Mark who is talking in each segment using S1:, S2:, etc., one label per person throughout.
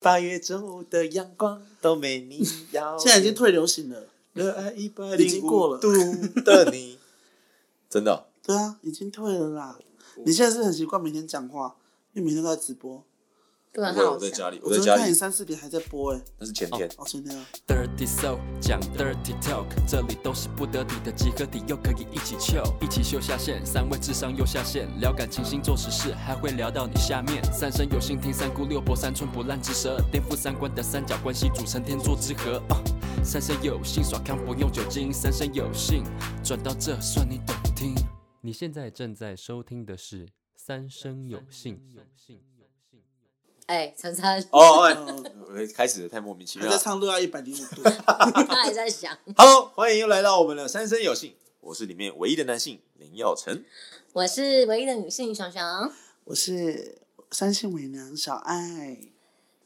S1: 八月中午的阳光都没 你耀眼。
S2: 现在已经退流行了。
S1: 热爱一百
S2: 已
S1: 零
S2: 经过
S1: 五
S2: 了
S1: 度的你，真的哦、
S2: 对啊，已经退了啦。你现在是很习惯每天讲话，因为每天都在直播。
S3: 对啊，
S1: 不
S3: 那
S1: 会
S3: 好
S1: 我在家
S3: 像
S1: 里，
S2: 我
S1: 在
S2: 昨
S1: 家
S2: 天看
S1: 里
S2: 你，三四点还在播哎、
S1: 那是前天。
S2: 哦，今天啊，
S4: Dirty Soul 讲 Dirty Talk，这里都是不得体的集合体，又可以一起 chill，一起秀下限，三位智商又下线，聊感情、星座、时事，还会聊到你下面。三生有幸听三姑六婆，三寸不烂之舌，颠覆三观的三角关系，组成天作之合。啊三生有幸耍康不用酒精，三生有幸转到这算你懂听。你现在正在收听的是《三生有幸》。
S3: 哎，陈珊
S1: 哦，哎
S2: 嗯，
S1: 我开始得太莫名其
S2: 还
S1: 妙
S2: 在
S1: 了。
S2: 唱《热爱一百零五 度》。
S3: 他还在想，
S1: Hello，欢迎又来到我们的三生有幸，我是里面唯一的男性林耀成。
S3: 我是唯一的女性熊熊。
S2: 我是三姓伪娘小爱，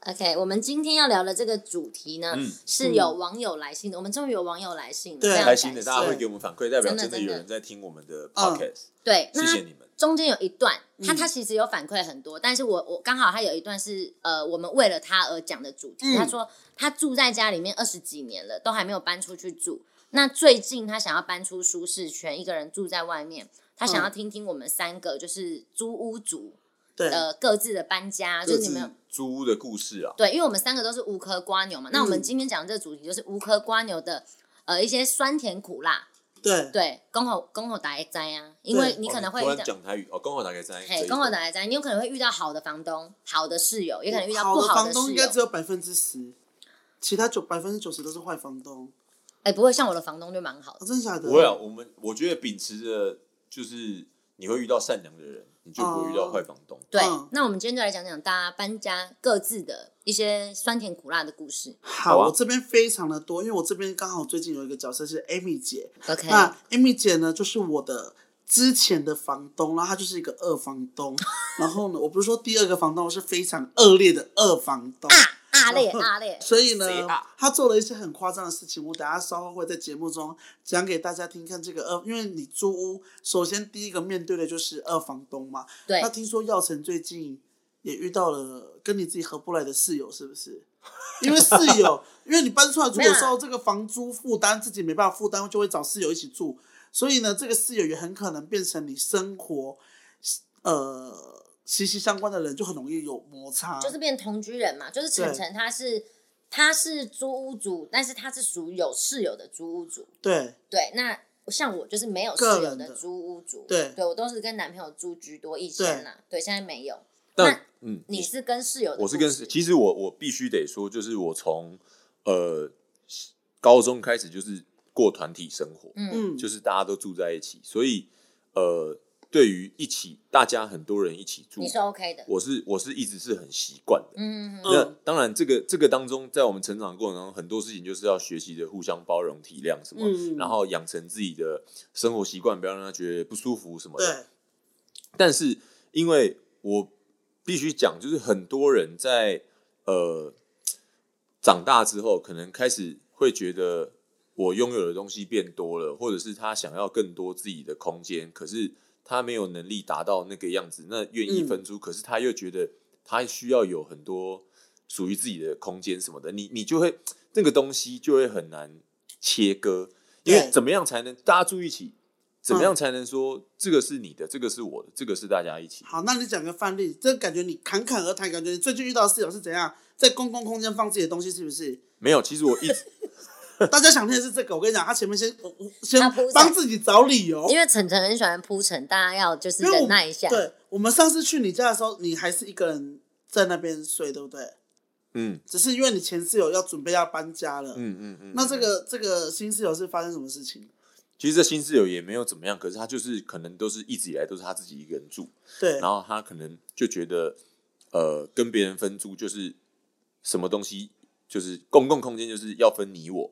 S3: OK，我们今天要聊的这个主题呢，
S1: 嗯
S3: 是有网友来信的。我们终于有网友来信了，
S2: 对
S3: 非常
S1: 开
S3: 感
S1: 心的，
S3: 谢
S1: 大家会给我们反馈，代表
S3: 真的
S1: 真的
S3: 真
S1: 有
S3: 的
S1: 人在听我们的
S2: 嗯
S1: podcast，
S3: 对，那
S1: 谢谢你们。
S3: 中间有一段，他
S2: 嗯
S3: 他其实有反馈很多，但是我我刚好他有一段是呃，我们为了他而讲的主题。
S2: 嗯
S3: 他说他住在家里面二十几年了，都还没有搬出去住。那最近他想要搬出舒适圈，一个人住在外面。他想要
S2: 嗯
S3: 听听我们三个就是租屋族
S2: 对，
S3: 呃各自的搬家，
S1: 各
S3: 就是你
S1: 自
S3: 们
S1: 租屋的故事啊，
S3: 对，因为我们三个都是无壳瓜牛嘛，那我们
S2: 嗯
S3: 今天讲的这个主题就是无壳瓜牛的呃一些酸甜苦辣，
S2: 对，
S3: 对，公吼公吼打一灾啊，因为
S2: 对
S3: 你
S1: 哦
S3: 可能会
S1: 突
S3: 遇
S1: 然
S3: 到。
S1: 讲台语哦，刚好打开在，
S3: 嘿，公吼打来啊灾，你有可能会遇到好的房东、好的室友，也可能遇到
S2: 哦好
S3: 不
S2: 的
S3: 好
S2: 房东
S3: 室
S2: 应该
S3: 友
S2: 只。有百分之十，其他九百分之九十都是坏房东。
S3: 哎、不会像我的房东就蛮好
S2: 哦、
S3: 的，
S2: 真的假的？
S1: 不会啊，我们我觉得秉持着就是你会遇到善良的人，你就不会遇
S3: 哦
S1: 到坏房东。
S3: 对。
S2: 嗯
S3: 那我们今天就来讲讲大家搬家各自的一些酸甜苦辣的故事。
S2: 好，
S1: 好啊
S2: 我这边非常的多，因为我这边刚好最近有一个角色是 Amy 姐，
S3: OK，
S2: 那 Amy 姐呢，就是我的之前的房东，然后她就是一个二房东。然后呢，我不是说第二个房东，我是非常恶劣的二房东。
S3: 阿烈阿烈，
S2: 所以呢
S1: 谁啊，
S2: 她做了一些很夸张的事情，我等下稍后会在节目中讲给大家听。看这个二，因为你租屋，首先第一个面对的就是二房东嘛。
S3: 对
S2: 那，听说耀成最近也遇到了跟你自己合不来的室友，是不 是？因为室友，因为你搬出来，如
S3: 没有
S2: 果
S3: 啦
S2: 受这个房租负担，自己没办法负担，就会找室友一起住。所以呢，这个室友也很可能变成你生活，呃，息息相关的人，就很容易有摩擦。
S3: 就是变同居人嘛，就是晨晨他是他是租屋主，但是他是属于有室友的租屋主。
S2: 对
S3: 对，那像我就是没有室
S2: 个
S3: 友
S2: 人
S3: 的
S2: 的
S3: 租屋主，
S2: 对
S3: 我都是跟男朋友租居多，以前啦，对，现在没有。
S1: 但嗯，
S3: 你是跟室友的住
S1: 我
S3: 室，
S1: 是跟其实我我必须得说，就是我从呃高中开始就是过团体生活，
S3: 嗯，
S2: 嗯，
S1: 就是大家都住在一起，所以呃，对于一起大家很多人一起住
S3: 你，是 OK 的，
S1: 我是我是一直是很习惯的。
S3: 嗯，嗯嗯
S1: 那当然，这个这个当中，在我们成长的过程当中，很多事情就是要学习的互相包容、体谅什么，
S2: 嗯
S1: 然后养成自己的生活习惯，不要让他觉得不舒服什么的。
S2: 对
S1: 但是因为我必须讲，就是很多人在呃长大之后，可能开始会觉得我拥有的东西变多了，或者是他想要更多自己的空间，可是他没有能力达到那个样子，那愿意分租，可是他又觉得他需要有很多属于自己的空间什么的，你你就会那个东西就会很难切割，因为
S2: 对
S1: 怎么样才能大家住一起？怎么
S2: 嗯
S1: 样才能说这个是你的，这个是我的，这个是大家一起的？
S2: 好，那你讲个范例，这感觉你侃侃而谈，感觉你最近遇到的室友是怎样，在公共空间放自己的东西，是不是？
S1: 没有，其实我 一直
S2: 大家想听的是这个，我跟你讲，他前面先我我先
S3: 嗯他铺陈
S2: 帮自己找理
S1: 哦
S2: 由，
S3: 因为晨晨很喜欢铺陈，大家要就是
S2: 因为我
S3: 忍耐一下，
S2: 对，我们上次去你家的时候，你还是一个人在那边睡，对不对？
S1: 嗯
S2: 只是因为你前室友要准备要搬家了。
S1: 嗯嗯嗯。
S2: 那这个这个新室友是发生什么事情？
S1: 其实这新室友也没有怎么样，可是他就是可能都是一直以来都是他自己一个人住，
S2: 对，
S1: 然后他可能就觉得呃跟别人分租就是什么东西就是公共空间就是要分你我，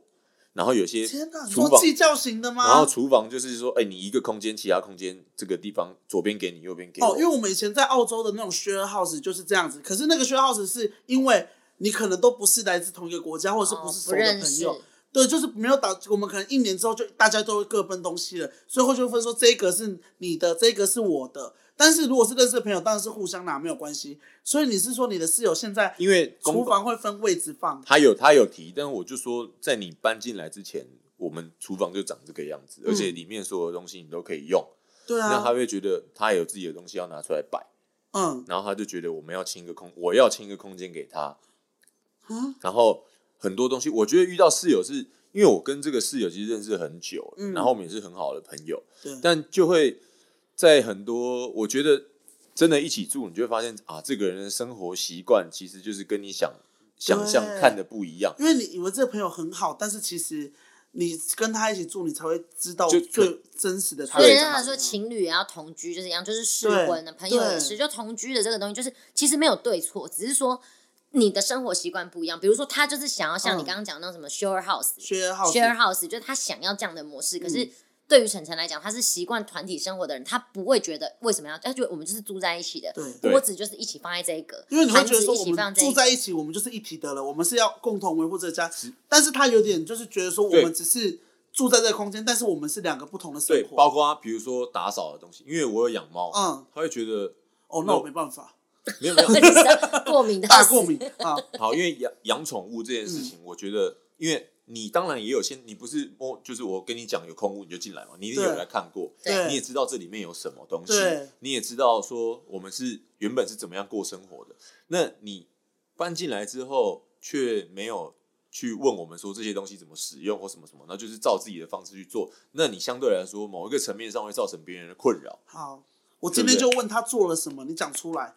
S1: 然后有些
S2: 天哪，你
S1: 厨
S2: 说
S1: 房
S2: 计较型的吗？
S1: 然后厨房就是说哎、你一个空间，其他空间这个地方左边给你，右边给我。
S2: 哦，因为我们以前在澳洲的那种 share house 就是这样子，可是那个 share house 是因为你可能都不是来自同一个国家，或者是
S3: 哦
S2: 不是熟
S3: 不
S2: 的
S3: 认
S2: 朋
S3: 识
S2: 友，对，就是没有打，我们可能一年之后就大家都会各奔东西了，所以后就分说这一格是你的，这一格是我的。但是如果是认识的朋友，当然是互相拿，没有关系。所以你是说你的室友现在
S1: 因为
S2: 厨
S1: 公
S2: 房会分位置放？
S1: 他有他有提，但我就说，在你搬进来之前，我们厨房就长这个样子，而
S2: 嗯
S1: 且里面所有的东西你都可以用。
S2: 对
S1: 那他
S2: 啊，
S1: 会觉得他有自己的东西要拿出来摆，
S2: 嗯
S1: 然后他就觉得我们要清一个空，我要清一个空间给他。
S2: 啊，
S1: 然后很多东西，我觉得遇到室友是因为我跟这个室友其实认识很久，
S2: 嗯
S1: 然后我们也是很好的朋友，
S2: 对，
S1: 但就会在很多我觉得真的一起住，你就会发现啊，这个人的生活习惯其实就是跟你想想象
S2: 对
S1: 看的不一样。
S2: 因为你以为这个朋友很好，但是其实你跟他一起住，你才会知道
S1: 就
S2: 最真实的他
S3: 所以
S2: 是
S3: 人
S2: 怎么样。
S3: 家说情侣也要同居，就是一样，就是试婚的
S2: 对
S3: 朋友也
S2: 对
S3: 是，就同居的这个东西，就是其实没有对错，只是说你的生活习惯不一样。比如说，他就是想要像你
S2: 嗯
S3: 刚刚讲那种什么 share house、
S2: 薛浩
S3: share house，就是他想要这样的模式。可是
S2: 嗯
S3: 对于晨晨来讲，他是习惯团体生活的人，他不会觉得为什么要，他觉得我们就是住在一起的，
S2: 对
S3: 锅子就是一起放在这一个，
S2: 因为你会
S3: 盘
S2: 觉得
S3: 子
S2: 说
S3: 一
S2: 我
S3: 起放
S2: 们
S3: 这一
S2: 住
S3: 个。
S2: 在一起，我们就是一体的了，我们是要共同维护这个家。但是他有点就是觉得说我
S1: 对
S2: 们只是住在这个空间，但是我们是两个不同的生
S1: 对，
S2: 活。
S1: 包括比如说打扫的东西，因为我有养猫，
S2: 嗯，
S1: 他会觉得
S2: 哦，那我没办 法，
S1: 没有 没有
S3: 你知道过敏的
S2: 大过 敏啊，
S1: 好，因为养养宠物这件事
S2: 嗯
S1: 情，我觉得，因为你当然也有先，你不是摸，就是我跟你讲有空屋你就进来嘛，你一定有
S2: 对
S1: 来看过，
S2: 对
S1: 你也知道这里面有什么东西
S2: 对，
S1: 你也知道说我们是原本是怎么样过生活的，那你搬进来之后却没有。去问我们说这些东西怎么使用或什么什么，那就是照自己的方式去做。那你相对来说某一个层面上会造成别人的困扰。
S2: 好，我今天就问他做了什么，你讲出来，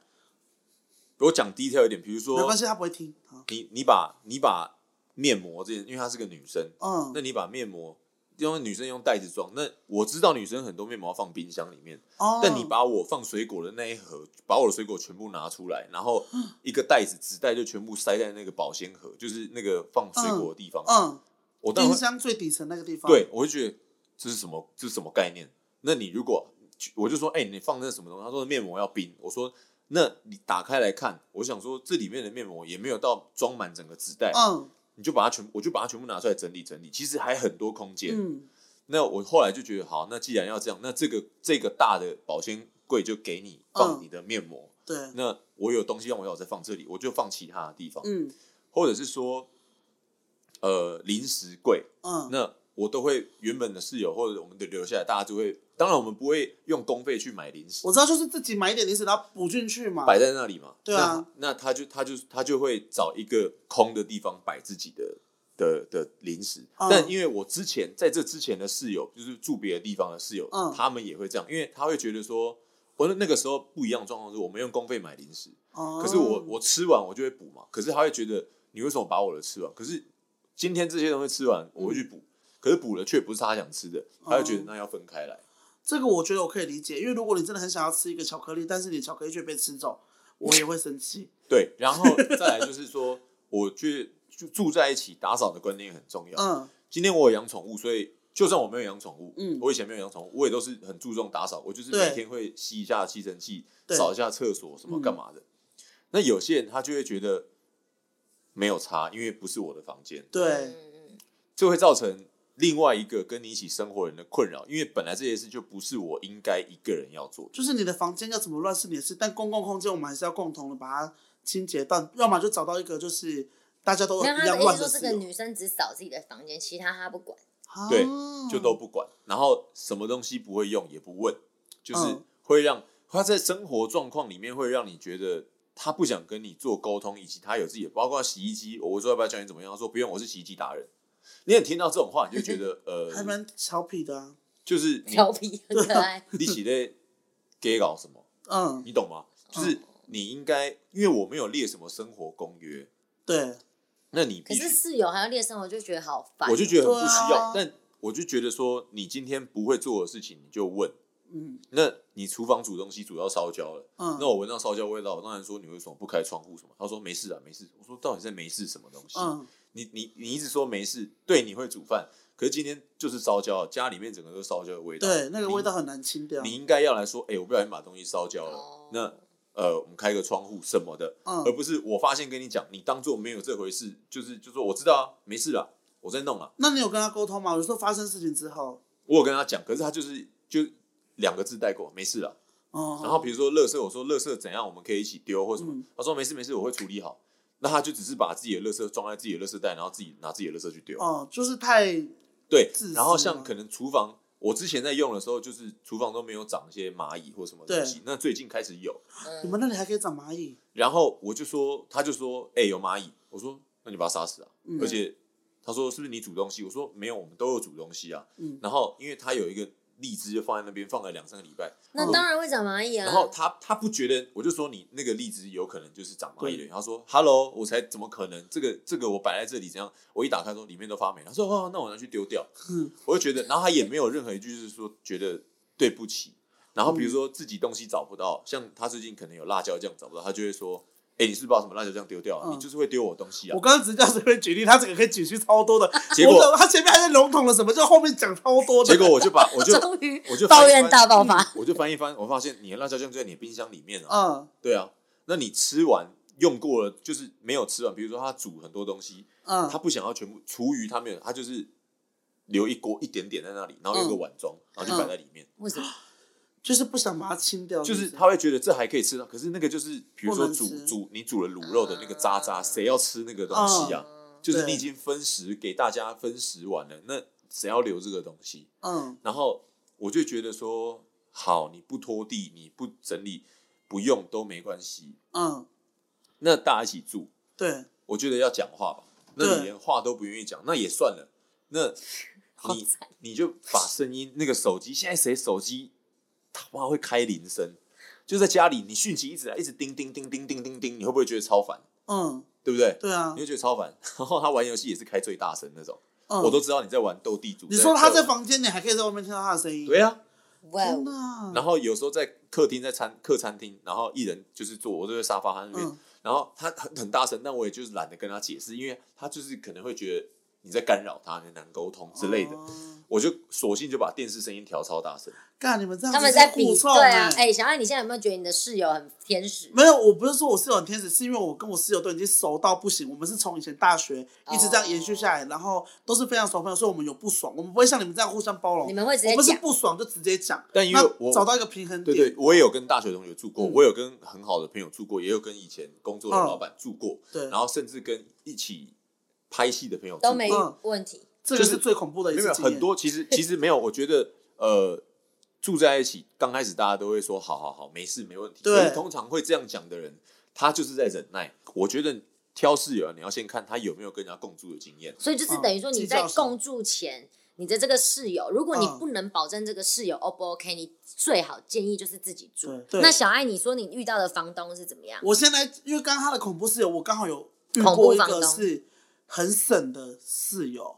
S1: 我讲 detail 一点，比如说
S2: 没关系，他不会听啊。
S1: 你你把你把面膜这件，因为她是个女生，那
S2: 嗯，
S1: 你把面膜，因为女生用袋子装，那我知道女生很多面膜要放冰箱里面，
S2: 哦，
S1: 但你把我放水果的那一盒，把我的水果全部拿出来，然后
S2: 嗯
S1: 一个袋子纸袋就全部塞在那个保鲜盒，就是那个放水果的地方。
S2: 嗯，
S1: 我
S2: 冰
S1: 当然会
S2: 箱最底层那个地方，
S1: 对，我就觉得这是什么这是什么概念？那你如果我就说，哎、你放那什么东西？他说面膜要冰，我说。那你打开来看，我想说这里面的面膜也没有到装满整个纸袋，
S2: 嗯
S1: 你就把它全，我就把它全部拿出来整理整理，其实还很多空间。
S2: 嗯，
S1: 那我后来就觉得，好，那既然要这样，那这个这个大的保鲜柜就给你
S2: 嗯
S1: 放你的面膜。
S2: 对，
S1: 那我有东西让我要，我再放这里，我就放其他的地方，
S2: 嗯
S1: 或者是说，呃，零食柜，
S2: 嗯，
S1: 那我都会原本的室友或者我们的留下来，大家就会，当然我们不会用公费去买零食
S2: 我，知道就是自己买一点零食，然后补进去嘛。
S1: 摆在那里嘛。
S2: 对啊
S1: 那，那他就他就他就会找一个空的地方摆自己的的的零食。
S2: 嗯
S1: 但因为我之前在这之前的室友，就是住别的地方的室友，
S2: 嗯
S1: 他们也会这样，因为他会觉得说，我那个时候不一样的状况是，我们用公费买零食，
S2: 哦，
S1: 可是我我吃完我就会补嘛，可是他会觉得你为什么把我的吃完？可是今天这些东西吃完，我会去补。可是补了却不是他想吃的，他会觉得
S2: 嗯哦
S1: 那要分开来。
S2: 这个我觉得我可以理解，因为如果你真的很想要吃一个巧克力，但是你的巧克力却被吃走，我也会生气。
S3: 嗯
S1: 对，然后再来就是说， 我觉得就住在一起打扫的观念很重要。
S2: 嗯
S1: 今天我有养宠物，所以就算我没有养宠物，
S2: 嗯
S1: 我以前没有养宠物，我也都是很注重打扫，我就是
S2: 对
S1: 每天会吸一下吸尘器，
S2: 对
S1: 扫一下厕所，什么
S2: 嗯
S1: 干嘛的。那有些人他就会觉得没有差，因为不是我的房间，，
S2: 对，
S3: 嗯
S1: 这会造成另外一个跟你一起生活人的困扰，因为本来这些事就不是我应该一个人要做的。
S2: 就是你的房间要怎么乱是你的事，但公共空间我们还是要共同的把它清洁到，要么就找到一个就是大家都有
S3: 没有
S2: 一
S3: 他
S2: 样
S3: 的意
S2: 乱
S3: 思说，
S2: 的哦
S3: 这
S2: 室
S3: 个
S2: 友，
S3: 女生只扫自己的房间，其他她不管。
S2: 啊
S1: 对就都不管，然后什么东西不会用也不问，就是
S2: 嗯
S1: 会让他在生活状况里面会让你觉得他不想跟你做沟通，以及他有自己的，包括洗衣机，我说要不要教你怎么样，他说不用，我是洗衣机达人。你也听到这种话，你就觉得
S2: 还
S1: 呃，
S2: 蛮调皮的啊。
S1: 就是你
S3: 调皮很可爱。
S1: 你洗的给搞什么，
S2: 嗯，
S1: 你懂吗？就是你应该，因为我没有列什么生活公约，
S2: 对，
S1: 那你
S3: 可
S1: 必须
S3: 是室友还要列生活，就觉得好烦。
S1: 我就觉得很不需
S2: 对
S1: 要
S2: 啊。
S1: 但我就觉得说，你今天不会做的事情，你就问。
S2: 嗯
S1: 那你厨房煮东西煮到烧焦了，
S2: 嗯，
S1: 那我闻到烧焦味道，我当然说你为什么不开窗户什么？他说没事啊，没事。我说到底在没事什么东西？
S2: 嗯
S1: 你你你一直说没事，对，你会煮饭，可是今天就是烧焦，家里面整个都烧焦的味道。
S2: 对，那个
S1: 你
S2: 味道很难清掉
S1: 你。应该要来说，哎、我不小心把东西烧焦了，
S3: 哦
S1: 那呃，我们开个窗户什么的，
S2: 嗯
S1: 而不是我发现跟你讲，你当做没有这回事，就是就说我知道啊，没事啦，我在弄啊。
S2: 那你有跟他沟通吗？有时候发生事情之后，
S1: 我有跟他讲，可是他就是就两个字带过，没事了。
S2: 哦，
S1: 然后比如说垃圾，我说垃圾怎样，我们可以一起丢或什么
S2: 嗯，
S1: 他说没事没事，我会处理好。那他就只是把自己的垃圾装在自己的垃圾袋，然后自己拿自己的垃圾去丢。
S2: 哦，就是太
S1: 对
S2: 自私，哦
S1: 然后
S2: 吗
S1: 像可能厨房，我之前在用的时候，就是厨房都没有长一些蚂蚁或什么东西，那最近开始有。
S2: 你
S3: 嗯，
S2: 们那里还可以长蚂蚁，
S1: 然后我就说，他就说，哎、有蚂蚁。我说，那你把它杀死啊。
S2: 嗯
S1: 而且他说，是不是你煮东西？我说没有，我们都有煮东西啊。
S2: 嗯
S1: 然后因为他有一个荔枝就放在那边放了两三个礼拜，
S3: 那当然会长蚂蚁啊。
S1: 然后他他不觉得，我就说你那个荔枝有可能就是长蚂蚁
S2: 对
S1: 的。他说：“Hello，我才怎么可能？这个这个我摆在这里怎样？我一打开说里面都发霉。”他说：“哦，那我拿去丢掉。
S2: 嗯”
S1: 我就觉得，然后他也没有任何一句是说觉得对不起。然后比如
S3: 嗯
S1: 说自己东西找不到，像他最近可能有辣椒酱找不到，他就会说：“哎，你是不是把什么辣椒酱丢掉啊？
S2: 嗯
S1: 你就是会丢我东西啊
S2: 我刚刚只是这样随便举例，他整个可以举出超多的。
S1: 结果
S2: 我懂他前面还在笼统了什么，就后面讲超！”多的。
S1: 结果我就把我就
S3: 终于
S1: 我就
S3: 抱
S1: 翻一
S3: 怨
S1: 翻嗯
S3: 大爆发，哦
S1: 我就翻一翻，我发现你的辣椒酱就在你的冰箱里面啊。
S2: 嗯
S1: 对啊，那你吃完用过了，就是没有吃完，比如说他煮很多东西，
S2: 嗯，
S1: 他不想要全部厨余，他没有，他就是留一锅一点点在那里，然后有
S2: 嗯
S1: 个碗装，然后就摆在里面，
S3: 为什么？
S2: 就是不想把它清掉，
S1: 就是
S2: 不
S1: 他会觉得这还可以吃到，可是那个就是比如
S2: 嗯不
S1: 说
S2: 能
S1: 煮
S2: 吃
S1: 煮你煮了卤肉的那个渣渣，
S3: 嗯
S1: 谁要吃那个东西啊？就是
S2: 嗯
S1: 你
S2: 对
S1: 已经分食给大家分食完了，那谁要留这个东西？
S2: 嗯
S1: 然后我就觉得说，好，你不拖地，你不整理，不用都没关系，
S2: 嗯，
S1: 那大家一起住。
S2: 对，
S1: 我觉得要讲话吧。那
S2: 对
S1: 你连话都不愿意讲，那也算了。 那
S3: 好
S1: 你
S3: 惨
S1: 你就把声音那个手机，现在谁手机他妈会开铃声？就在家里，你讯息一直来，一直叮叮叮叮叮叮叮，你会不会觉得超烦？
S2: 嗯
S1: 对不对？
S2: 对啊
S1: 你，会觉得超烦。然后他玩游戏也是开最大声那种，
S2: 嗯，
S1: 我都知道你在玩斗地主。
S2: 你说他在
S1: 玩
S2: 房间，你还可以在外面听到他的声音，
S1: 对啊，
S3: 哇哦
S2: 真的啊，
S1: 然后有时候在客厅，在餐客餐厅，然后一人就是坐，我坐在沙发他那边，
S2: 嗯
S1: 然后他很很大声，但我也就是懒得跟他解释，因为他就是可能会觉得你在干扰他，很难沟通之类的，
S2: 哦
S1: 我就索性就把电视声音调超大声。
S2: 干你们这样，
S3: 他们在比
S2: 互冲
S3: 对啊，
S2: 哎。
S3: 哎，小爱，你现在有没有觉得你的室友很天使？
S2: 没有，我不是说我室友很天使，是因为我跟我室友都已经熟到不行。我们是从以前大学一直这样延续下来，然后都是非常熟的朋友，所以我们有不爽，我们不会像你们这样互相包容。
S3: 你们会直
S2: 我
S3: 接
S2: 们是
S3: 讲，
S2: 不爽就直接讲，
S1: 但因为
S2: 那
S1: 我
S2: 找到一个平衡
S1: 对
S2: 点，
S1: 对，我也有跟大学同学住过，
S2: 嗯
S1: 我有跟很好的朋友住过，也有跟以前工作的
S2: 嗯
S1: 老板住过，
S2: 对
S1: 然后甚至跟一起拍戏的朋友住过
S3: 都没
S2: 嗯
S3: 问题。
S2: 这个
S1: 就是
S2: 是最恐怖的一
S1: 没
S2: 次
S1: 有没有
S2: 经验
S1: 很多，其 实其实没有，我觉得呃，住在一起刚开始大家都会说好好好，没事没问题。
S2: 对
S1: 可是通常会这样讲的人，他就是在忍耐。我觉得挑室友，你要先看他有没有跟人家共住的经验。
S3: 所以就是
S2: 嗯
S3: 等于说你
S2: 计
S3: 在
S2: 较什么
S3: 共住前，你的这个室友，如果你
S2: 嗯
S3: 不能保证这个室友 O 不 OK，你最好建议就是自己住。
S2: 对对
S3: 那小爱，你说你遇到的房东是怎么样？
S2: 我先来，因为刚刚他的恐怖室友，我刚好有遇
S3: 恐怖
S2: 过一
S3: 房
S2: 个
S3: 东
S2: 是很省的室友，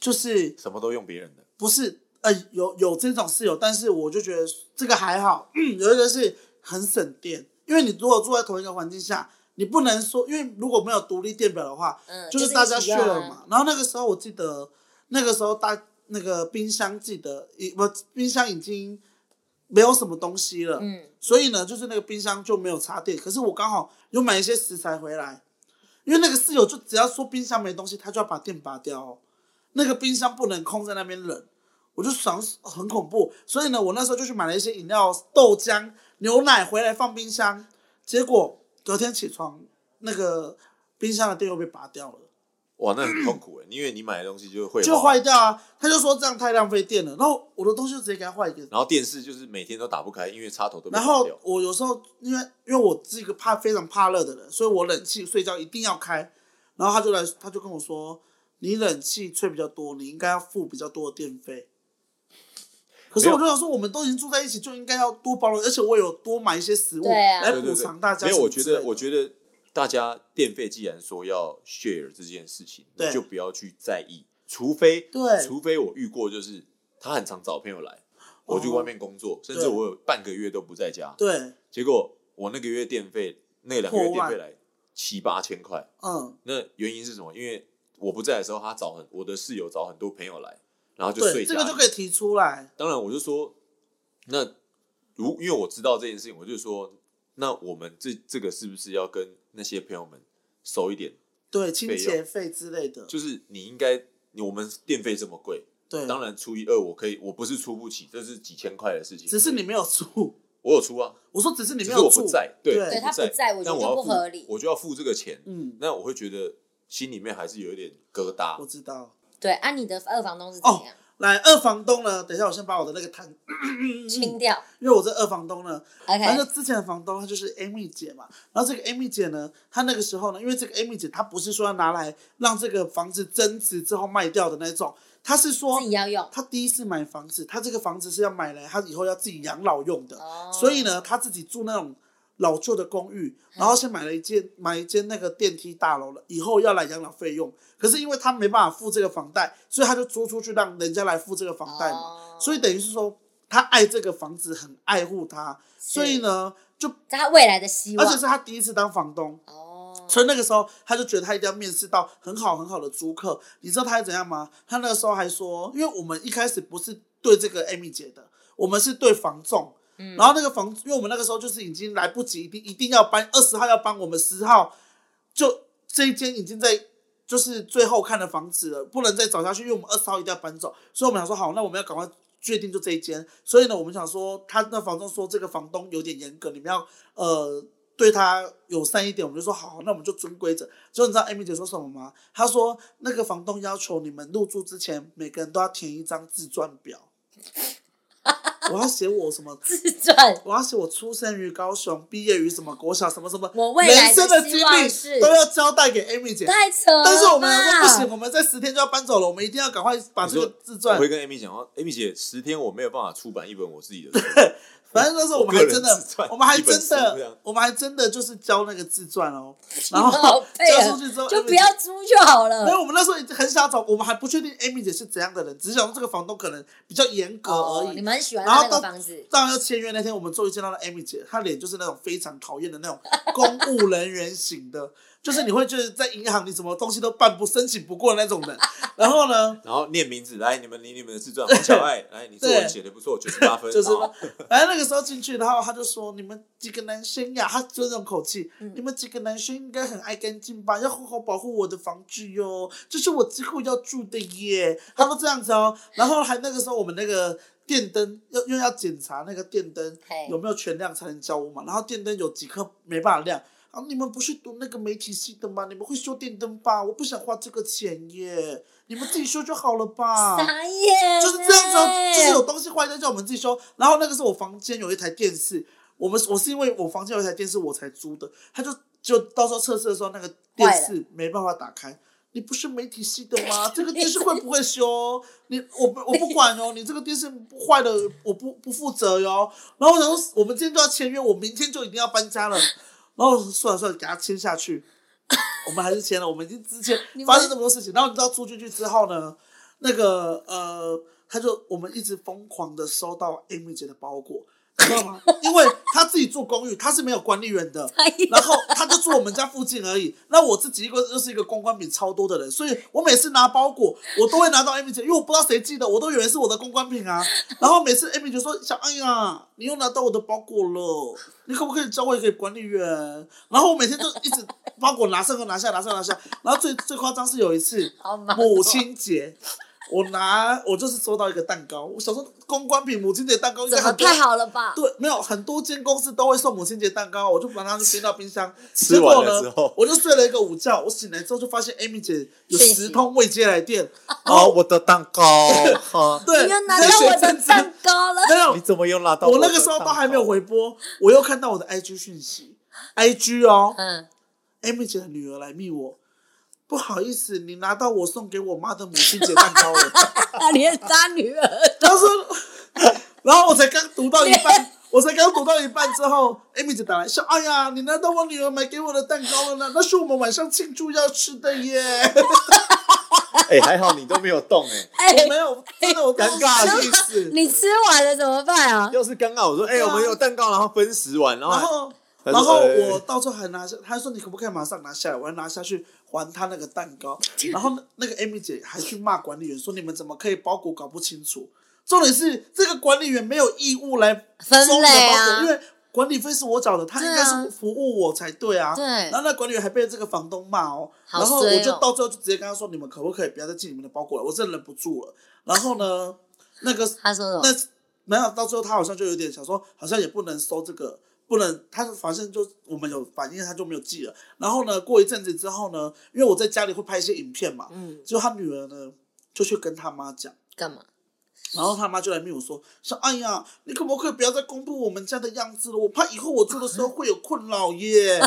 S2: 就是
S1: 什么都用别人的，
S2: 不是呃有有这种室友，但是我就觉得这个还好。 嗯，有一个是很省电，因为你如果住在同一个环境下，你不能说，因为如果没有独立电表的话，
S3: 嗯，
S2: 呃就是是大家
S3: 一起
S2: share
S3: 用啊
S2: 嘛。然后那个时候我记得，那个时候大那个冰箱记得已不冰箱已经没有什么东西了，
S3: 嗯，
S2: 所以呢，就是那个冰箱就没有插电。可是我刚好有买一些食材回来，因为那个室友就只要说冰箱没东西，他就要把电拔掉、哦，那个冰箱不能空在那边冷。我就想很恐怖，所以呢，我那时候就去买了一些饮料、豆浆、牛奶回来放冰箱，结果隔天起床，那个冰箱的电又被拔掉了。
S1: 哇，那很痛苦哎，因为你买的东西就会
S2: 就坏。掉啊！他就说这样太浪费电了，然后我的东西就直接给他换一个。
S1: 然后电视就是每天都打不开，因为插头都被
S2: 然
S1: 拔
S2: 后
S1: 掉。
S2: 我有时候因为因为我是一个怕非常怕热的人，所以我冷气睡觉一定要开。然后他就来，他就跟我说：“你冷气吹比较多，你应该要付比较多的电费。”可是
S1: 没有
S2: 我就想说，我们都已经住在一起，就应该要多包容，而且我有多买一些食物
S3: 对啊
S2: 来
S1: 对对
S2: 哎补
S1: 对
S2: 偿大家哎
S1: 没
S2: 什
S1: 有，我
S2: 么
S1: 觉
S2: 之类的。
S1: 得，我觉得大家电费既然说要 share 这件事情，
S2: 对
S1: 你就不要去在意，除非
S2: 对
S1: 除非我遇过，就是他很常找朋友来，我去
S2: 哦
S1: 外面工作，甚至
S2: 对
S1: 我有半个月都不在家，
S2: 对，
S1: 结果我那个月电费，那两个月
S2: 破
S1: 电
S2: 万
S1: 费来七八千块，
S2: 嗯，
S1: 那原因是什么？因为我不在的时候，他找很我的室友找很多朋友来，然后就
S2: 对，
S1: 睡
S2: 这
S1: 家
S2: 个
S1: 里。
S2: 就可以提出来。
S1: 当然，我就说，那如因为我知道这件事情，我就说，那我们这这个是不是要跟那些朋友们熟一点，
S2: 对清
S1: 费用
S2: 洁费之类的，
S1: 就是你应该，你我们电费这么贵，
S2: 对，
S1: 当然初一二我可以，我不是出不起，这是几千块的事情。
S2: 只是你没有住，
S1: 我有出啊，
S2: 我说只是你
S1: 只
S2: 没
S1: 是
S2: 有
S1: 我
S2: 住，
S1: 不在，
S2: 对
S1: 我
S3: 对他不
S1: 在，
S3: 在我觉
S1: 但
S3: 得
S1: 我
S3: 就
S1: 要
S3: 不
S1: 付
S3: 合理
S1: 我就要付这个钱，
S2: 嗯，
S1: 那我会觉得心里面还是有一点疙瘩
S2: 我。知道。
S3: 对，啊，你的二房东是怎
S2: 哦
S3: 样？
S2: 来，二房东呢？等一下，我先把我的那个摊，
S3: 清掉
S2: 因为我这二房东呢，嗯反正
S3: ，OK，
S2: 之前的房东她就是 Amy 姐嘛，然后这个 Amy 姐呢，她那个时候呢，因为这个 Amy 姐她不是说要拿来让这个房子增值之后卖掉的那种，她是说
S3: 自己要用，
S2: 她第一次买房子，她这个房子是要买来她以后要自己养老用的，
S3: 哦
S2: 所以呢，她自己住那种老旧的公寓，然后先买了一间买一间那个电梯大楼了，以后要来养老费用。可是因为她没办法付这个房贷，所以她就租出去让人家来付这个房贷嘛。
S3: 哦
S2: 所以等于是说，她爱这个房子，很爱护它，所以呢，就
S3: 在他未来的希
S2: 而
S3: 望
S2: 且是她第一次当房东，
S3: 哦，
S2: 所以那个时候他就觉得他一定要面试到很好很好的租客。你知道他还怎样吗？他那个时候还说，因为我们一开始不是对这个 Amy 姐的，我们是对房仲。
S3: 嗯
S2: 然后那个房，因为我们那个时候就是已经来不及，一定一定要搬，二十号要搬，我们十号就这一间已经在就是最后看的房子了，不能再找下去，因为我们二十号一定要搬走，所以我们想说好，那我们要赶快确定就这一间。所以呢，我们想说，他那房东说这个房东有点严格，你们要呃对他友善一点，我们就说好，那我们就遵规则。结果你知道 Amy 姐说什么吗？她说那个房东要求你们入住之前，每个人都要填一张自传表。 我要写我什么？
S3: 自传
S2: 我要写我出生于高雄，毕业于什么国小，什么什么，
S3: 我未来
S2: 人生
S3: 的希
S2: 经
S3: 望是
S2: 历都要交代给 Amy 姐。
S3: 太扯了吧，
S2: 但是我们想说不行，我们在十天就要搬走了，我们一定要赶快把这
S1: 你说
S2: 个自传
S1: 我会。跟 Amy 讲说，Amy 姐，十天我没有办法出版一本我自己的书，
S2: 反正那时候我们
S1: 我
S2: 还
S1: 个人
S2: 真
S1: 自
S2: 的
S1: 传，
S2: 我们还
S1: 一本
S2: 真
S1: 书这
S2: 的
S1: 样，
S2: 我们还真的就是交那个自传 哦，然
S3: 你好
S2: 后
S3: 配合
S2: 交出去之后
S3: 就
S2: Amy
S3: 不要
S2: 姐
S3: 租就好了
S2: 没。有，我们那时候很想找，我们还不确定 Amy 姐是怎样的人，只是想说这个房东可能比较严格
S3: 哦
S2: 而，已
S3: 你。们很喜欢
S2: 然
S3: 他
S2: 后
S3: 那个
S2: 到
S3: 房子，
S2: 当然要签约那天，我们终于见到了 Amy 姐，她脸就是那种非常讨厌的那种公务人员型的， 就是你会觉得在银行你什么东西都办不申请不过的那种人。然后呢，
S1: 然后念名字，来你们领你们的自传，黄小爱，来你作文写的不错，九十八分，
S2: 就是
S1: 好
S2: 反正那个时候进去，然后他就说：“你们几个男生呀，他就那种口气，你们几个男生应该很爱干净吧？要好好保护我的房子哟，这是我之后要住的耶。”他都这样子哦，然后还那个时候我们那个。电灯要又要检查那个电灯
S3: 嘿
S2: 有没有全亮才能交屋嘛，然后电灯有几颗没办法亮，啊，你们不是读那个媒体系的吗？你们会修电灯吧？我不想花这个钱耶，你们自己修就好了 吧。
S3: 傻眼，
S2: 啊
S3: 欸
S2: 就是这样子、啊，就是有。东西坏掉叫我们自己修。然后那个时候我房间有一台电视，我们我是因为我房间有一台电视我才租的，他就就到时候测试的时候那个电视没办法打开。你不是媒体系的吗？这个电视会不会修？你我不我不管哦，你这个电视坏了，我不不负责哟。然后我想说，我们今天就要签约，我明天就一定要搬家了。然后算了算了，给他签下去。我们还是签了，我们已经之前
S3: 你们
S2: 发生这么多事情。然后你知道租进去之后呢，那个呃，他就我们一直疯狂的收到 Amy 姐的包裹，你知道吗？因为她自己住公寓，她是没有管理员的，
S3: 哎
S2: 然后她就住我们家附近而已。那我自己一个就是一个公关品超多的人，所以我每次拿包裹，我都会拿到 Amy 姐，因为我不知道谁寄的，我都以为是我的公关品啊。然后每次 Amy 姐说：“小安呀，你又拿到我的包裹了，你可不可以交我给管理员？”然后我每天就一直包裹拿上又拿下，拿上又拿下。然后最最夸张是有一次，
S3: 好忙哦
S2: 母亲节，我拿我就是收到一个蛋糕，我想说公关品母亲节蛋糕应该
S3: 怎么
S2: 很多
S3: 太好了吧？
S2: 对，没有很多间公司都会送母亲节蛋糕，我就把它就冰到冰箱。
S1: 吃
S2: 结果
S1: 完了之
S2: 呢
S1: 后，
S2: 我就睡了一个午觉，我醒来之后就发现 Amy 姐有
S3: 讯息
S2: 十通未接来电。
S1: 哦，我的蛋糕，哈，
S2: 对，
S3: 你又拿到我的蛋糕了，
S2: 没有
S1: 你，怎么又拿到
S2: 我
S1: 的
S2: 那个时候
S1: 蛋
S2: 都
S1: 糕
S2: 还没有，回拨，我又看到我的 IG 讯息，IG 哦
S3: 嗯，
S2: ，Amy 姐的女儿来密我，不好意思，你拿到我送给我妈的母亲节蛋糕了。
S3: 连他女 儿
S2: 他说，然后我才刚读到一半，我才刚读到一半之后，Amy 就打来说：“哎呀，你拿到我女儿买给我的蛋糕了呢？那是我们晚上庆祝要吃的耶。
S1: 哎，还好你都没有动， 哎，
S3: 哎，
S2: 没有，真的 我
S1: 尴尬
S2: 的意思。
S3: 你吃完了怎么办啊？
S1: 要是刚刚我说，哎，
S2: 对啊
S1: 我们有蛋糕，然后分食完，然
S2: 然
S1: 后
S2: 后，
S1: 他说
S2: 然后
S1: 哎
S2: 我到最后还拿下，他说你可不可以马上拿下来？我还拿下去还他那个蛋 糕。然后那那个 Amy 姐还去骂管理员说你们怎么可以包裹搞不清楚？重点是这个管理员没有义务来
S3: 分
S2: 收你的
S3: 类
S2: 包
S3: 啊
S2: 裹，因为管理费是我找的，他
S3: 对
S2: 应
S3: 啊
S2: 该是服务我才对啊。
S3: 对
S2: 然后那管理员还被这个房东骂哦，
S3: 好
S2: 然后我就
S3: 衰哦
S2: 到最后就直接跟他说，你们可不可以不要再进你们的包裹了？我真的忍不住了。然后呢，那个
S3: 他说什么？
S2: 那没有，到最后他好像就有点想说，好像也不能收这个，不能，他反正就我们有反应，他就没有寄了。然后呢，过一阵子之后呢，因为我在家里会拍一些影片嘛，
S3: 嗯，
S2: 就他女儿呢就去跟他妈讲，
S3: 干嘛？
S2: 然后他妈就来命我说，说哎呀，你可不可以不要再公布我们家的样子了？我怕以后我做的时候会有困扰 耶，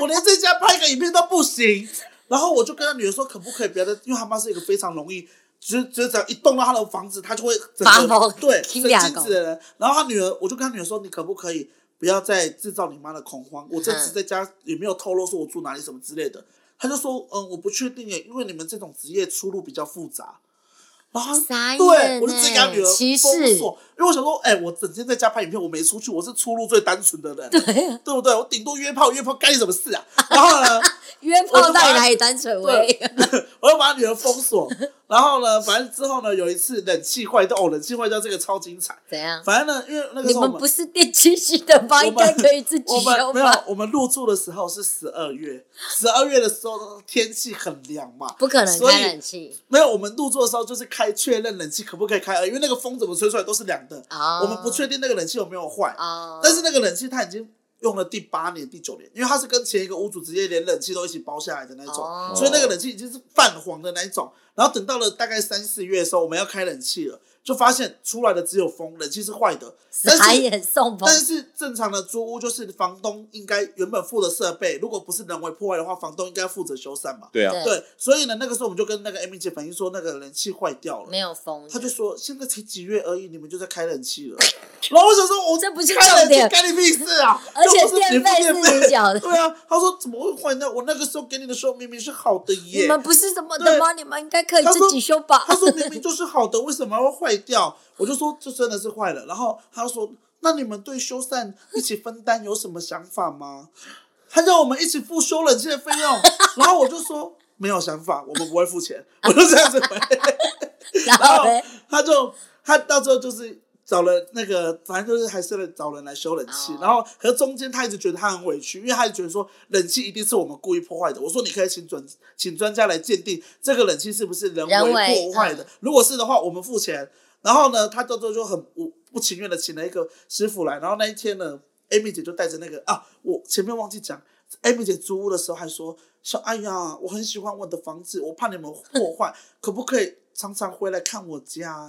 S2: 我连在家拍个影片都不行。然后我就跟他女儿说，可不可以不要再，因为他妈是一个非常容易。只只只要一动到他的房子，他就会整
S3: 发
S2: 个
S3: 疯
S2: 对神
S3: 听俩
S2: 经质的人。然后他女儿，我就跟他女儿说，你可不可以不要再制造你妈的恐慌？我这次
S3: 嗯
S2: 在家也没有透露说我住哪里什么之类的。他就说，嗯，我不确定耶，因为你们这种职业出入比较复杂。然后他
S3: 傻眼
S2: 啊对，我就
S3: 欸
S2: 直接给他女儿
S3: 歧视
S2: 封锁，因为我想说，哎、我整天在家拍影片，我没出去，我是出入最单纯的人，
S3: 对啊，
S2: 对不对？我顶多约炮，约炮干你什么事啊？然后呢，
S3: 约炮到底哪里单纯味？
S2: 我又把他女儿封锁，然后呢，反正之后呢，有一次冷气坏掉，哦，冷气坏掉这个超精彩。
S3: 怎样？
S2: 反正呢，因为那个
S3: 你
S2: 时候我
S3: 们
S2: 们
S3: 不是电器系的吧？
S2: 我
S3: 应
S2: 们
S3: 该可以自己
S2: 我们
S3: 修
S2: 没有
S3: 吧？，
S2: 我们入住的时候是十二月，十二月的时候天气很凉嘛，
S3: 不可能
S2: 所以
S3: 开冷气
S2: 没有，我们入住的时候就是开确认冷气可不可以开而已，因为那个风怎么吹出来都是凉的，
S3: 哦
S2: 我们不确定那个冷气有没有坏。
S3: 哦。
S2: 但是那个冷气它已经用了第八年、第九年，因为它是跟前一个屋主直接连冷气都一起包下来的那种，
S3: 哦
S2: 所以那个冷气已经是泛黄的那一种。然后等到了大概三四月的时候，我们要开冷气了，就发现出来的只有风，冷气是坏的。但
S3: 傻
S2: 是
S3: 眼送风
S2: 但是正常的租屋就是房东应该原本付的设备，如果不是人为破坏的话，房东应该负责修缮嘛。
S1: 对啊，
S3: 对
S2: 对，所以呢，那个时候我们就跟那个 Amy 姐反映说，那个冷气坏掉了
S3: 没。有风，
S2: 他就说现在才几月而已，你们就在开冷 气了。然后我想说，我
S3: 这不是
S2: 开冷气
S3: 重点
S2: 干你屁事啊！
S3: 而且
S2: 又不是你付
S3: 电费是你缴 的
S2: 对啊，他说怎么会坏呢？我那个时候给你的时候明明是好的
S3: 你
S2: 耶。
S3: 们不是什么的吗？你们应该可以
S2: 他说
S3: 自己修吧？
S2: 他说明明就是好的，为什么会坏掉？我就说这真的是坏了。然后他说，那你们对修缮一起分担有什么想法吗？他叫我们一起付修冷气的费 用，然后我就说没有想法，我们不会付钱，我就这样子回。然
S3: 然
S2: 后
S3: 后嘞，
S2: 他就他到最后就是找了那个，反正就是还是找人来修冷气。
S3: 哦
S2: 然后，可是中间他一直觉得他很委屈，因为他一直觉得说冷气一定是我们故意破坏的。我说你可以请专请专家来鉴定这个冷气是不是人
S3: 人为嗯
S2: 破坏的，如果是的话，我们付钱。然后呢，他到最后就很不不情愿的请了一个师傅来。然后那一天呢，Amy 姐就带着那个啊，我前面忘记讲，Amy 姐租屋的时候还说说，哎呀，我很喜欢我的房子，我怕你们破坏，可不可以常常回来看我 家？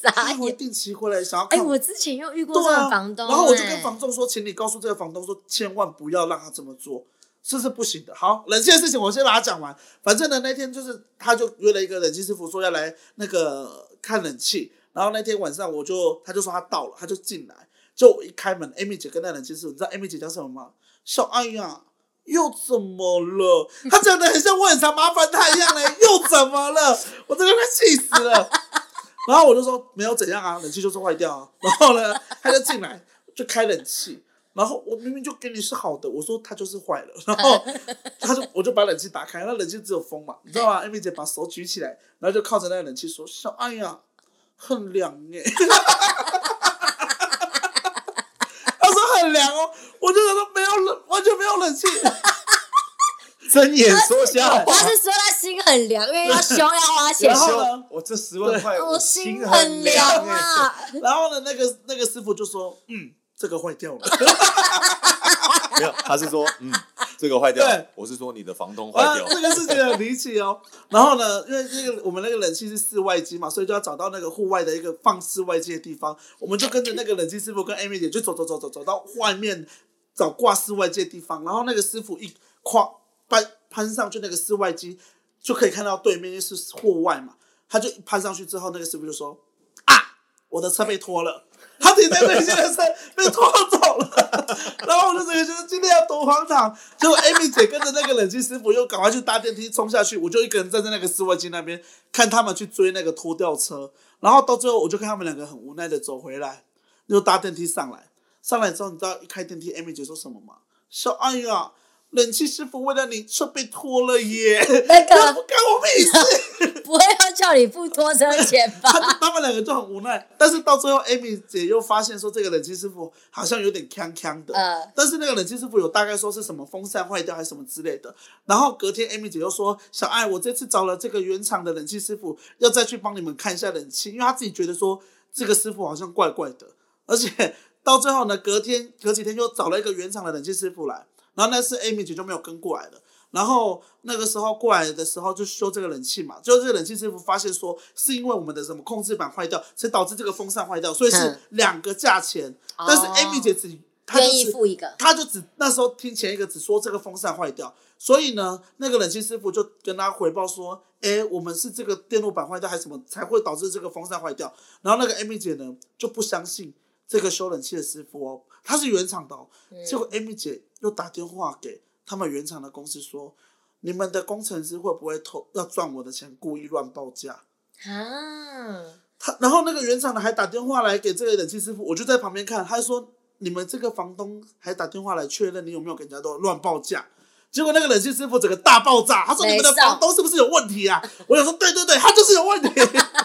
S3: 傻
S2: 他会
S3: 眼。
S2: 定期回来想要
S3: 哎，
S2: 看。
S3: 我之前又遇过
S2: 对
S3: 这
S2: 啊
S3: 种，房东，
S2: 然后我就跟
S3: 哎
S2: 房东说，请你告诉这个房东说，千万不要让他这么做，这是不行的。好，冷气的事情我先把它讲完。反正呢，那天就是他就约了一个冷气师傅说要来那个看冷气，然后那天晚上我就他就说他到了，他就进来，就我一开门，Amy 姐跟那冷气师傅，你知道 Amy 姐讲什么吗？说哎呀。又怎么了？他讲的很像我很常麻烦他一样嘞，又怎么了？我真的快气死了。然后我就说没有怎样啊，冷气就是坏掉啊。然后呢，他就进来就开冷气，然后我明明就给你是好的，我说它就是坏了。然后他就我就把冷气打开，那冷气只有风嘛，你知道吗？Amy 姐把手举起来，然后就靠着那个冷气说：“小哎呀，很凉欸耶。” 他说很凉哦，我就想说没有冷，完全没有冷气。
S1: 睁眼说瞎话。
S3: 他是说他心很凉，因为要凶要花钱
S2: 然，后呢
S1: 兄我这十万块，
S3: 我
S1: 心
S3: 心很凉
S1: 哎！
S3: 啊。
S2: 然后呢，那个那个师傅就说：“嗯，这个坏掉了。”
S1: 没有，他是说，嗯，这个坏掉
S2: 对，
S1: 我是说你的房东坏
S2: 啊，
S1: 掉，
S2: 这个事情很离奇哦。然后呢，因为那个我们那个冷气是室外机嘛，所以就要找到那个户外的一个放室外机的地方。我们就跟着那个冷气师傅跟 Amy 姐就走走走走走到外面找挂室外机的地方。然后那个师傅一跨攀攀上去那个室外机，就可以看到对面是户外嘛。他就攀上去之后，那个师傅就说：“啊，我的车被拖了。”他停在那些的车被拖走了， 然后我就整个觉得今天要多荒唐。结果 Amy 姐跟着那个冷气师傅又赶快去搭电梯冲下去，我就一个人站在那个室外机那边看他们去追那个拖吊车，然后到最后我就看他们两个很无奈的走回来，又搭电梯上来。上来之后，你知道一开电梯，Amy 姐说什么吗？说：“哎呀，冷气师傅为了你车被拖了耶，
S3: 那个
S2: 干我屁事。”
S3: 不会要叫你付拖车钱吧？
S2: 他 他们两个就很无奈，但是到最后，Amy 姐又发现说这个冷气师傅好像有点呛呛的，
S3: 呃，
S2: 但是那个冷气师傅有大概说是什么风扇坏掉还是什么之类的。然后隔天，Amy 姐又说：“小爱，我这次找了这个原厂的冷气师傅，要再去帮你们看一下冷气，因为她自己觉得说这个师傅好像怪怪的。”而且 到最后呢，隔天隔几天又找了一个原厂的冷气师傅来，然后那次 Amy 姐就没有跟过来了。然后那个时候过来的时候就修这个冷气嘛，就是这个冷气师傅发现说是因为我们的什么控制板坏掉，才导致这个风扇坏掉，所以是
S3: 嗯
S2: 两个价钱。但是
S3: 哦
S2: Amy 姐只她就
S3: 愿意
S2: 是
S3: 付一个，
S2: 他就只那时候听前一个只说这个风扇坏掉，所以呢，那个冷气师傅就跟他回报说，哎，我们是这个电路板坏掉还是什么才会导致这个风扇坏掉？然后那个 Amy 姐呢就不相信这个修冷气的师傅哦，他是原厂的、哦，结果 Amy 姐又打电话给他们原厂的公司说，你们的工程师会不会偷要赚我的钱，故意乱报价？
S3: 啊，
S2: 他然后那个原厂的还打电话来给这个冷气师傅，我就在旁边看，他说你们这个房东还打电话来确认你有没有给人家都乱报价。结果那个冷气师傅整个大爆炸，他说
S3: 没
S2: 你们的
S3: 上
S2: 房东是不是有问题啊？我想说对对对，他就是有问题，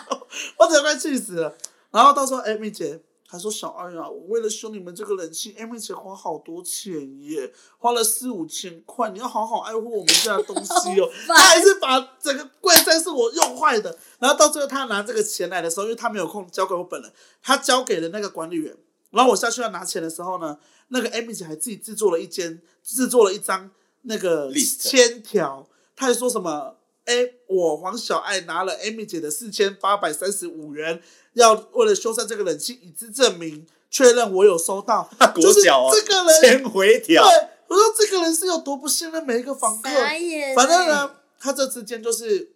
S2: 我整个快气死了。然后到时候 Amy 姐还说小爱啊，我为了修你们这个冷气，Amy 姐花好多钱耶，花了四五千块，你要好好爱护我们家的东西哦。
S3: 好烦
S2: 他还是把整个柜子是我用坏的，然后到最后他拿这个钱来的时候，因为他没有空交给我本人，他交给了那个管理员。然后我下去要拿钱的时候呢，那个 Amy 姐还自己制作了一间，制作了一张那个
S1: List
S2: 签条，他还说什么？哎，我黄小爱拿了 Amy 姐的四千八百三十五元，要为了修缮这个冷气，以资证明确认我有收到。
S1: 国小啊
S2: 就是这个人
S1: 先回调，
S2: 对，我说这个人是有多不信任每一个房客。
S3: 傻眼，欸
S2: 反正，呢，他这之间就是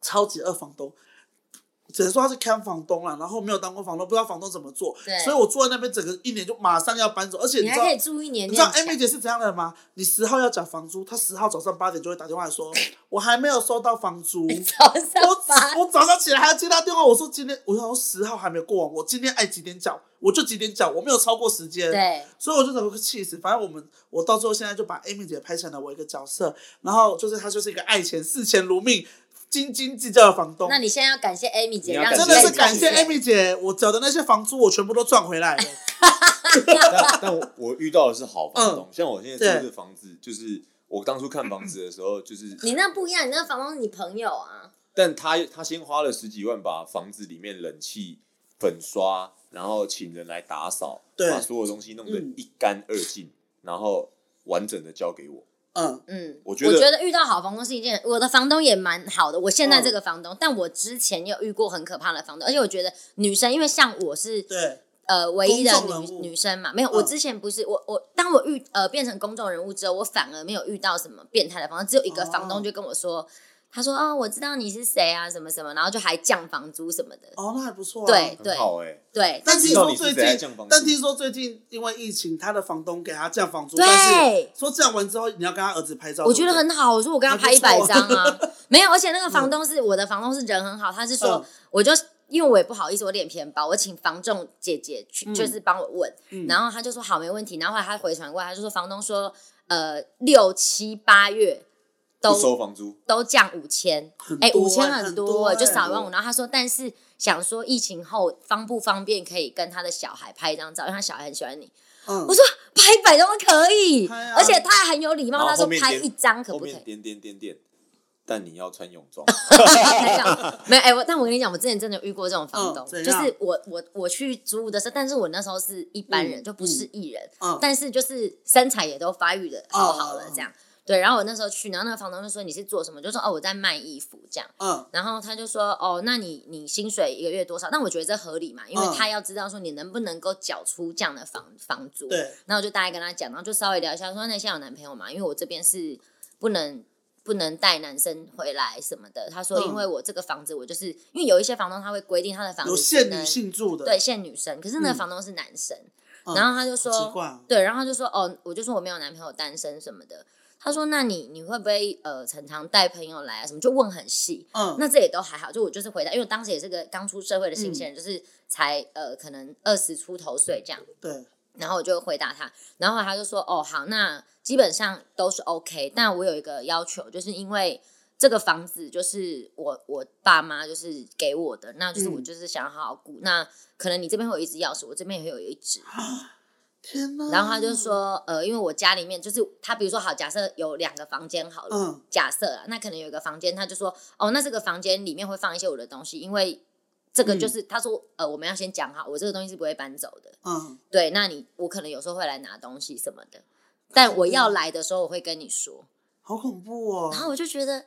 S2: 超级二房东，只能说他是看房东啦，然后没有当过房东，不知道房东怎么做
S3: 对。
S2: 所以我坐在那边整个一年就马上要搬走，而且
S3: 你
S2: 你
S3: 还
S2: 知道
S3: 可以住一年，
S2: 你知道
S3: 那样
S2: Amy 姐是怎样的人吗？你十号要缴房租，她十号早上八点就会打电话来说，我还没有收到房租。
S3: 早上八
S2: 我我早上起来还要接她电话，我说今天我想说十号还没有过完，我今天爱几点缴我就几点缴，我没有超过时间。
S3: 对，
S2: 所以我就整个气死。反正我们我到最后现在就把 Amy 姐拍成了我一个角色，然后就是她就是一个爱钱视钱如命、斤斤计较的房东
S3: 那。你现在要感谢 Amy 姐，
S1: 你要
S3: 让
S2: 真
S1: 感
S2: 的
S1: 谢
S2: 是感谢
S3: 你可以
S2: Amy 姐，我缴的那些房租我全部都赚回来 了。
S1: 但但我我遇到的是好房东，像我现在
S2: 对
S1: 住的房子，就是我当初看房子的时候，就是
S3: 你那不一样，你那房东是你朋友啊，
S1: 但他他先花了十几万把房子里面冷气粉刷，然后请人来打扫，
S2: 对
S1: 把所有东西弄得
S2: 嗯
S1: 一干二净，然后完整的交给我。
S2: 嗯，
S3: 嗯，
S1: 我
S3: 我
S1: 觉得
S3: 遇到好房东是一件，我的房东也蛮好的，我现
S2: 嗯
S3: 在这个房东，但我之前也有遇过很可怕的房东，而且我觉得女生，因为像我是
S2: 对，
S3: 呃唯一的
S2: 公众
S3: 女
S2: 人物
S3: 女生嘛，没有，我
S2: 嗯
S3: 之前不是我我当我遇呃变成公众人物之后，我反而没有遇到什么变态的房东，只有一个
S2: 哦
S3: 房东就跟我说，他说哦我知道你是谁啊什么什么，然后就还降房租什么的，
S2: 哦，那还不错、啊。
S3: 对
S1: 很好哎、
S3: 对，
S2: 但听
S1: 知道
S2: 说
S1: 你是
S2: 最
S1: 谁还
S2: 近
S1: 降房，租
S2: 但听说最近因为疫情，他的房东给他降房租，
S3: 对
S2: 但是说降完之后你要跟他儿子拍照，
S3: 我觉得
S2: 对不对
S3: 很好，我说我跟他
S2: 还
S3: 拍
S2: 不
S3: 一百
S2: 错
S3: 张啊，没有，而且那个房东是、我的房东是人很好，他是说、
S2: 嗯
S3: 我就因为我也不好意思，我脸皮很薄，我请房仲姐姐去、就是帮我问，然后他就说好没问题，然后后来他回传过来，他就说房东说呃六七八月都
S1: 不收房租，
S3: 都降五千，
S2: 多
S3: 哎，五千
S2: 欸
S3: 很
S2: 很
S3: 多
S2: 多
S3: 欸，
S2: 欸
S3: 就少一万五。然后他说，但是想说疫情后方不方便可以跟他的小孩拍一张照，因为他小孩很喜欢你。
S2: 嗯
S3: 我，说拍一百张都可以
S2: 拍，啊
S3: 而且他还很有礼貌，
S1: 然
S3: 他
S1: 后
S3: 说
S1: 后面
S3: 拍
S1: 点
S3: 一张可
S1: 后
S3: 不可
S1: 面
S3: 以？
S1: 点点点点，但你要穿泳装，
S3: 没有哎、我但我跟你讲，我之前真的有遇过这种房东，
S2: 嗯怎
S3: 就
S2: 样
S3: 是我我我去租屋的时候，但是我那时候是一般人，就不是艺人，
S2: 嗯
S3: 但是就是身材也都发育的好好了
S2: 哦
S3: 这样。对，然后我那时候去，然后那个房东就说你是做什么？就说哦我在卖衣服这样。
S2: 嗯，
S3: 然后他就说哦，那你你薪水一个月多少？那我觉得这合理嘛，因为
S2: 嗯
S3: 他要知道说你能不能够缴出这样的房房租。
S2: 对，
S3: 然后我就大概跟他讲，然后就稍微聊一下，说那现在有男朋友嘛？因为我这边是不能不能带男生回来什么的。他说，
S2: 嗯
S3: 因为我这个房子，我就是因为有一些房东他会规定他的房子
S2: 有
S3: 只
S2: 限
S3: 能
S2: 女性住的，
S3: 对，限女生，可是那个
S2: 嗯
S3: 房东是男生，
S2: 嗯
S3: 然后他就
S2: 好
S3: 说
S2: 奇怪哦
S3: 对，然后他就说哦，我就说我没有男朋友，单身什么的。他说：“那你你会不会呃，常常带朋友来啊？什么就问很细。
S2: 嗯，
S3: 那这也都还好，就我就是回答，因为我当时也是个刚出社会的新
S2: 嗯
S3: 鲜人，就是才呃可能二十出头岁这样。
S2: 对，
S3: 然后我就回答他，然后他就说：“哦，好，那基本上都是 OK，但我有一个要求，就是因为这个房子就是我我爸妈就是给我的，那就是我
S2: 嗯
S3: 就是想要好好顾。那可能你这边会有一只钥匙，我这边也会有一只。
S2: 啊天哪！
S3: 然后他就，说，呃，因为我家里面就是他，比如说好，假设有两个房间好了，
S2: 嗯
S3: 假设啊，那可能有一个房间，他就说，哦，那这个房间里面会放一些我的东西，因为这
S2: 嗯
S3: 个就是、他说，呃，我们要先讲好，我这个东西是不会搬走的，
S2: 嗯，
S3: 对，那你我可能有时候会来拿东西什么的，但我要来的时候我会跟你说，
S2: 好恐怖嗯哦。
S3: 然后我就觉得。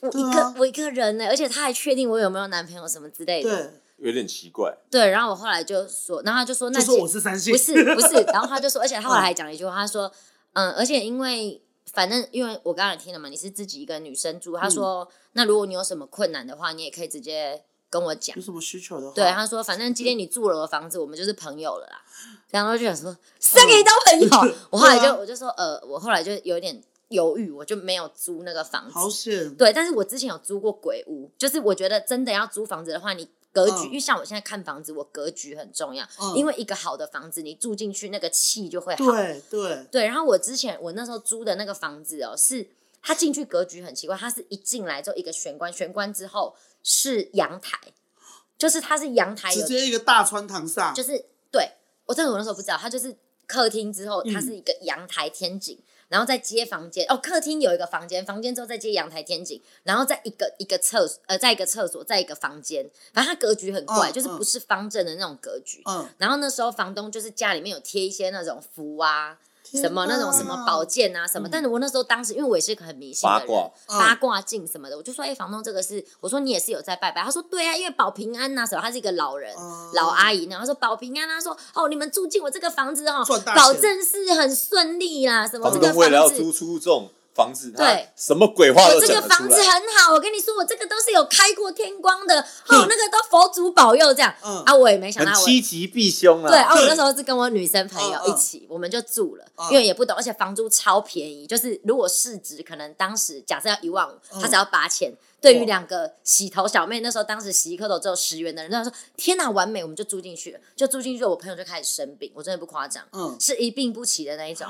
S3: 我
S2: 对
S3: 一
S2: 啊
S3: 个、我一个人呢、而且他还确定我有没有男朋友什么之类的，
S2: 对，
S1: 有点奇怪。
S3: 对然后我后来就说，然后他就说，那
S2: 就说
S3: 姐
S2: 我是三性，
S3: 不是不是，然后他就说，而且他后来还讲了一句话，他说，嗯，而且因为反正因为我刚才听了嘛，你是自己一个女生住，
S2: 嗯
S3: 他说，那如果你有什么困难的话，你也可以直接跟我讲
S2: 有。什么需求的话，
S3: 对，他说，反正今天你住了我房子，我们就是朋友了啦。然后就想说，谁给你当 朋友？我后来
S2: 对
S3: 就
S2: 啊
S3: 我就说，呃，我后来就有点犹豫，我就没有租那个房
S2: 好
S3: 子。
S2: 险，
S3: 对，但是我之前有租过鬼屋，就是我觉得真的要租房子的话，你格
S2: 嗯
S3: 局，因为像我现在看房子，我格局很重要，
S2: 嗯
S3: 因为一个好的房子，你住进去那个气就会好。
S2: 对对，
S3: 对然后我之前我那时候租的那个房子哦，是它进去格局很奇怪，它是一进来之后一个玄关，玄关之后是阳台，就是它是阳台有
S2: 直接一个大穿堂煞，
S3: 就是对我这个我那时候不知道，它就是客厅之后，
S2: 嗯
S3: 它是一个阳台天井，然后再接房间哦，客厅有一个房间，房间之后再接阳台天井，然后再一个一个厕所，呃，在一个厕所，在一个房间，反正它格局很怪，
S2: 嗯
S3: 就是不是方正的那种格局。
S2: 嗯，
S3: 然后那时候房东就是家里面有贴一些那种符啊，什么
S2: 天
S3: 那
S2: 哪
S3: 种什么宝剑啊什么，但是我那时候当时因为我也是个很迷信的
S1: 八
S3: 人，
S1: 卦
S2: 嗯
S3: 八卦镜什么的，我就说哎、房东这个是，我说你也是有在拜拜，他说对啊，因为保平安呐、什么，他是一个老人。
S2: 嗯
S3: 老阿姨，然后说保平安啊，说哦，你们住进我这个房子哦
S2: 赚，大钱
S3: 保证是很顺利啦，什么
S1: 房
S3: 这个
S1: 东为了要
S3: 房子，
S1: 租出这种房子，他
S3: 对
S1: 什么鬼话
S3: 我
S1: 都
S3: 这个
S1: 讲得出
S3: 房子
S1: 来。
S3: 很好，我跟你说，我这个都是有开过天光的，哦，那个都佛祖保佑这样，
S2: 嗯
S3: 啊，我也没想
S1: 很
S3: 到我
S1: 趋吉避凶啦。
S3: 对，啊，我那时候是跟我女生朋友
S2: 嗯
S3: 一起，我们就住了，
S2: 嗯
S3: 因为也不懂，而且房租超便宜，就是如果市值可能当时假设要一万五，
S2: 嗯
S3: 他只要八千。对于
S2: 哇
S3: 两个洗头小妹，那时候当时洗一颗头只有十元的人，他说：“天哪，完美！”我们就住进去了，就住进去了。我朋友就开始生病，我真的不夸张，
S2: 嗯
S3: 是一病不起的那一种，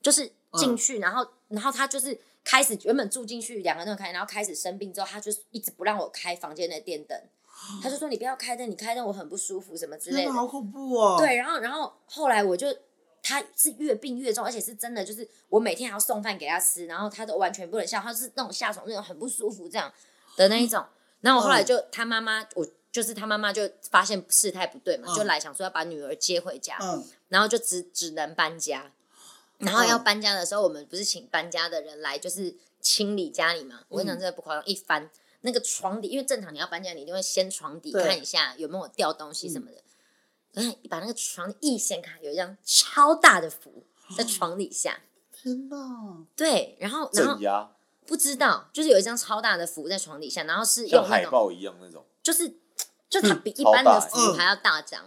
S3: 就是进去，然后然后他就是开始原本住进去两个人都开，然后开始生病之后，他就一直不让我开房间的电灯，他就说：“你不要开灯，你开灯我很不舒服什么之类
S2: 真
S3: 的
S2: 的。”好恐怖哦，
S3: 对，，然后然后后来我就他是越病越重，而且是真的，就是我每天还要送饭给他吃，然后他都完全不能笑，他是那种下床那种很不舒服这样的那一种。然后我后
S2: 嗯
S3: 来就他妈妈，我就是他妈妈就发现事态不对嘛，就
S2: 嗯
S3: 来想说要把女儿接回家，
S2: 嗯
S3: 然后就只只能搬家。然后要
S2: 嗯
S3: 搬家的时候，我们不是请搬家的人来，就是清理家里嘛。我跟你讲，
S2: 嗯
S3: 真的不夸张，一翻那个床底，因为正常你要搬家，你一定会掀床底
S2: 对嗯
S3: 看一下有没有掉东西什么的。哎，一把那个床一掀开，有一张超大的符
S2: 哦
S3: 在床底下。
S2: 天哪，
S3: 对，然后然后
S1: 镇压，
S3: 不知道，就是有一张超大的符在床底下，然后是用
S1: 像
S3: 那
S1: 海
S3: 种，
S1: 报一样那种，
S3: 就是就它比一
S1: 超
S3: 般的
S1: 大嗯
S3: 符
S2: 嗯
S3: 还要大张，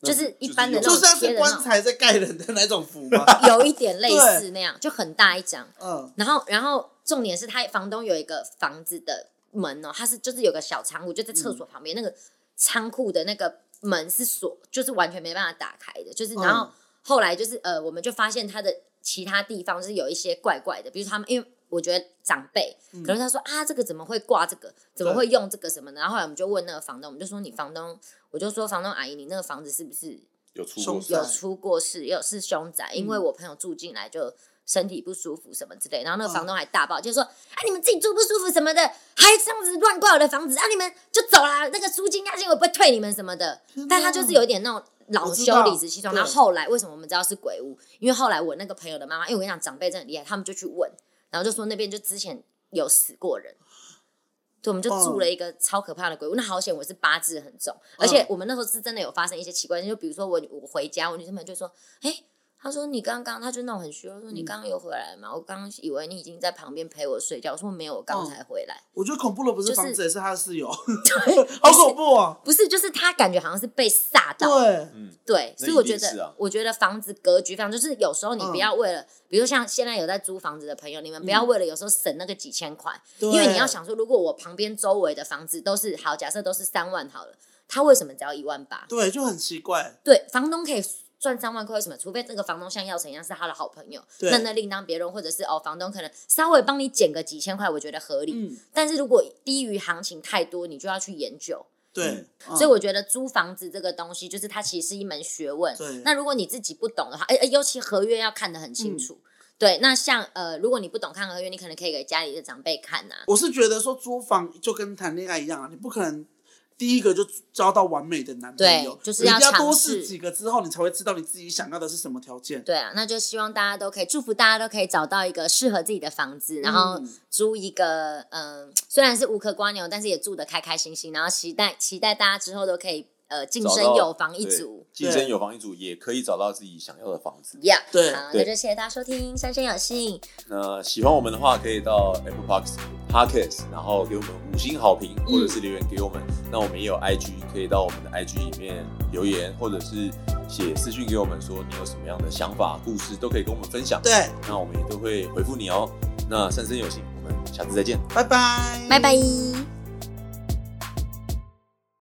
S1: 那
S3: 就是一般的那
S2: 就
S3: 种
S2: 像
S3: 贴
S2: 是
S3: 的那
S2: 棺
S3: 种
S2: 材在盖人的那种符 吗？
S3: 有一点类似那样，就很大一张。
S2: 嗯
S3: 然后，然后重点是他房东有一个房子的门哦，他是就是有个小仓库，就在厕所旁边、那个仓库的那个门是锁，就是完全没办法打开的。就是
S2: 嗯
S3: 然后后来就是呃，我们就发现他的其他地方就是有一些怪怪的，比如说他们因为。我觉得长辈可能他说、啊，这个怎么会挂这个，怎么会用这个什么的？然后后来我们就问那个房东，我们就说你房东，我就说房东阿姨，你那个房子是不是
S1: 有出
S2: 凶
S1: 过
S2: 宅
S3: 有出过事，也有是凶宅，因
S2: 嗯
S3: 为我朋友住进来就身体不舒服什么之类，然后那
S2: 嗯
S3: 个房东还大爆，就说啊你们自己住不舒服什么的，还这样子乱挂我的房子，啊你们就走啦，那个租金押金我不会退你们什么的
S2: 天。哪
S3: 但他就是有点那种老
S2: 我知
S3: 羞
S2: 道
S3: 理直气壮。然后
S2: 对
S3: 后来为什么我们知道是鬼屋？因为后来我那个朋友的妈妈，因为我跟你讲长辈真的很厉害，他们就去问，然后就说那边就之前有死过人。对，我们就住
S2: 哦
S3: 了一个超可怕的鬼屋。那好险，我是八字很重，
S2: 嗯
S3: 而且我们那时候是真的有发生一些奇怪的事，就比如说我我回家，我女生朋友就说：“哎、她说你刚刚，她就那种很虚弱，说
S2: 嗯
S3: 你刚刚有回来吗？我刚刚以为你已经在旁边陪我睡觉，我说没有，我刚才回来。
S2: 我觉得恐怖的不是房
S3: 就是
S2: 子，也是他的室友，
S3: 对，
S2: 好恐怖哦。
S3: 不是，就是她感觉好像是被吓到，
S2: 对，
S3: 对，
S1: 那
S3: 所以我
S1: 一
S3: 觉
S1: 定是
S3: 得，
S1: 啊
S3: 我觉得房子格局非常，就是有时候你
S2: 嗯
S3: 不要为了，比如说像现在有在租房子的朋友，你们不要为了有时候省那个几千块，
S2: 对
S3: 因为你要想说，如果我旁边周围的房子都是好，假设都是三万好了，他为什么只要一万八？
S2: 对，就很奇怪。
S3: 对，房东可以赚三万块，为什么？除非这个房东像耀成一样是他的好朋友，
S2: 对
S3: 那那另当别论，或者是哦，房东可能稍微帮你减个几千块，我觉得合理。
S2: 嗯，
S3: 但是如果低于行情太多，你就要去研究。
S2: 对，嗯
S3: 所以我觉得租房子这个东西，就是它其实是一门学问。
S2: 对嗯
S3: 那如果你自己不懂的话，哎、哎，尤其合约要看得很清楚。对，那像呃，如果你不懂看合约，你可能可以给家里的长辈看呐、啊
S2: 我是觉得说租房就跟谈恋爱一样啊，你不可能第一个就交到完美的男朋友，
S3: 对就是
S2: 你一定
S3: 要
S2: 要多
S3: 尝试
S2: 试几个之后，你才会知道你自己想要的是什么条件。
S3: 对啊，那就希望大家都可以祝福大家都可以找到一个适合自己的房子，然后
S1: 嗯
S3: 租一个嗯、虽然是无壳瓜牛，但是也住的开开心心，然后期待期待大家之后都可以呃晋
S1: 找
S3: 升
S1: 到
S3: 有房一
S1: 对
S3: 族。
S1: 晋
S2: 对
S1: 升有房一族也可以找到自己想要的房子。
S3: Yeah，
S2: 对
S3: 好，那
S1: 对
S3: 就谢谢大家收听《三生有幸》，
S1: 那喜欢我们的话，可以到 Apple Parks Podcast，然后给我们五星好评，或
S2: 嗯
S1: 者是留言给我们。那我们也有 IG，可以到我们的 IG 里面留言，或者是写私讯给我们，说你有什么样的想法、故事，都可以跟我们分享。
S2: 对，
S1: 那我们也都会回复你哦。那三生有幸，我们下次再见。
S2: 拜拜，
S3: 拜拜。